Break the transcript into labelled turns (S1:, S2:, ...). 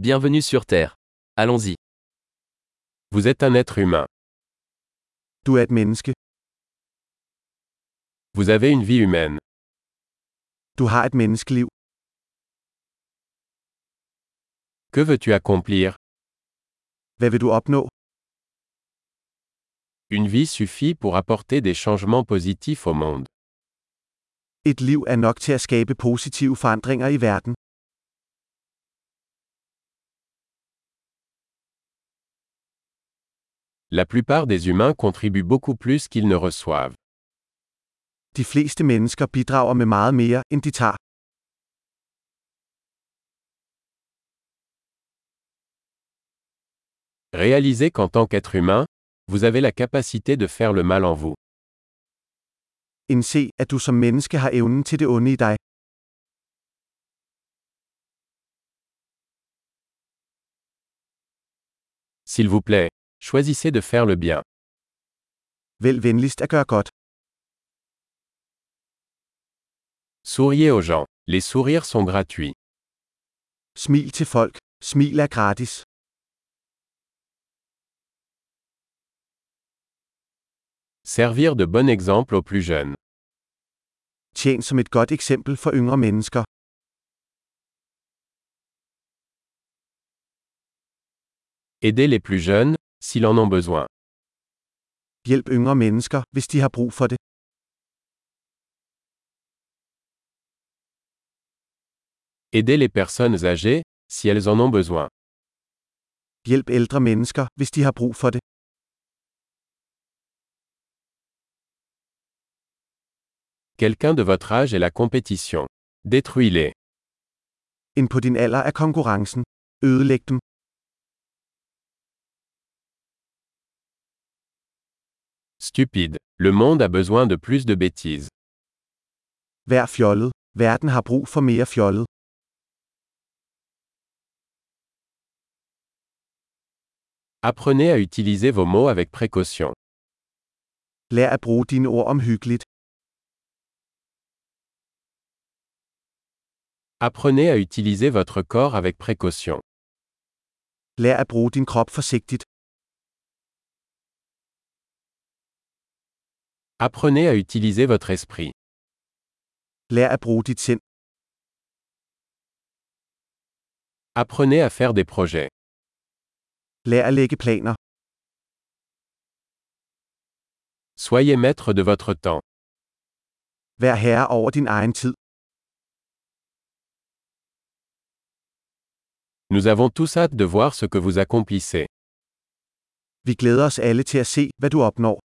S1: Bienvenue sur Terre. Allons-y.
S2: Vous êtes un être humain.
S3: Du er et menneske.
S2: Vous avez une vie humaine.
S3: Du har et menneskeliv.
S2: Que veux-tu accomplir
S3: Hvad vil du opnå?
S2: Une vie suffit pour apporter des changements positifs au monde.
S3: Et liv er nok til at skabe positive forandringer i verden.
S2: La plupart des humains contribuent beaucoup plus qu'ils ne reçoivent.
S3: De fleste mennesker bidrager med meget mere, end de tager.
S2: Réalisez qu'en tant qu'être humain, vous avez la capacité de faire le mal en vous.
S3: Indse, at du som menneske har evnen til det onde i dig.
S2: S'il vous plaît, choisissez de faire le bien.
S3: Vælg venligst at gøre godt.
S2: Souriez aux gens. Les sourires sont gratuits.
S3: Smil til folk. Smil er gratis.
S2: Servir de bon exemple aux plus jeunes.
S3: Tjen som et godt eksempel for yngre mennesker.
S2: Aidez les plus jeunes, s'ils en ont besoin.
S3: Hjælp yngre mennesker, hvis de har brug for det.
S2: Aidez les personnes âgées, si elles en ont besoin.
S3: Hjælp ældre mennesker, hvis de har brug for det.
S2: Quelqu'un de votre âge est la compétition. Détruis-les.
S3: En på din alder er konkurrencen. Ødelæg dem.
S2: Stupide. Le monde a besoin de plus de bêtises.
S3: Vær fjollet. Verden har brug for mere fjollet.
S2: Apprenez à utiliser vos mots avec précaution.
S3: Lær at bruge dine ord omhyggeligt.
S2: Apprenez à utiliser votre corps avec précaution.
S3: Lær at bruge din krop forsigtigt.
S2: Apprenez à utiliser votre esprit.
S3: Lær at bruge dit sind.
S2: Apprenez à faire des projets.
S3: Lær at lægge planer.
S2: Soyez maître de votre temps.
S3: Vær herre over din egen tid.
S2: Nous avons tous hâte de voir ce que vous accomplissez.
S3: Vi glæder os alle til at se, hvad du opnår.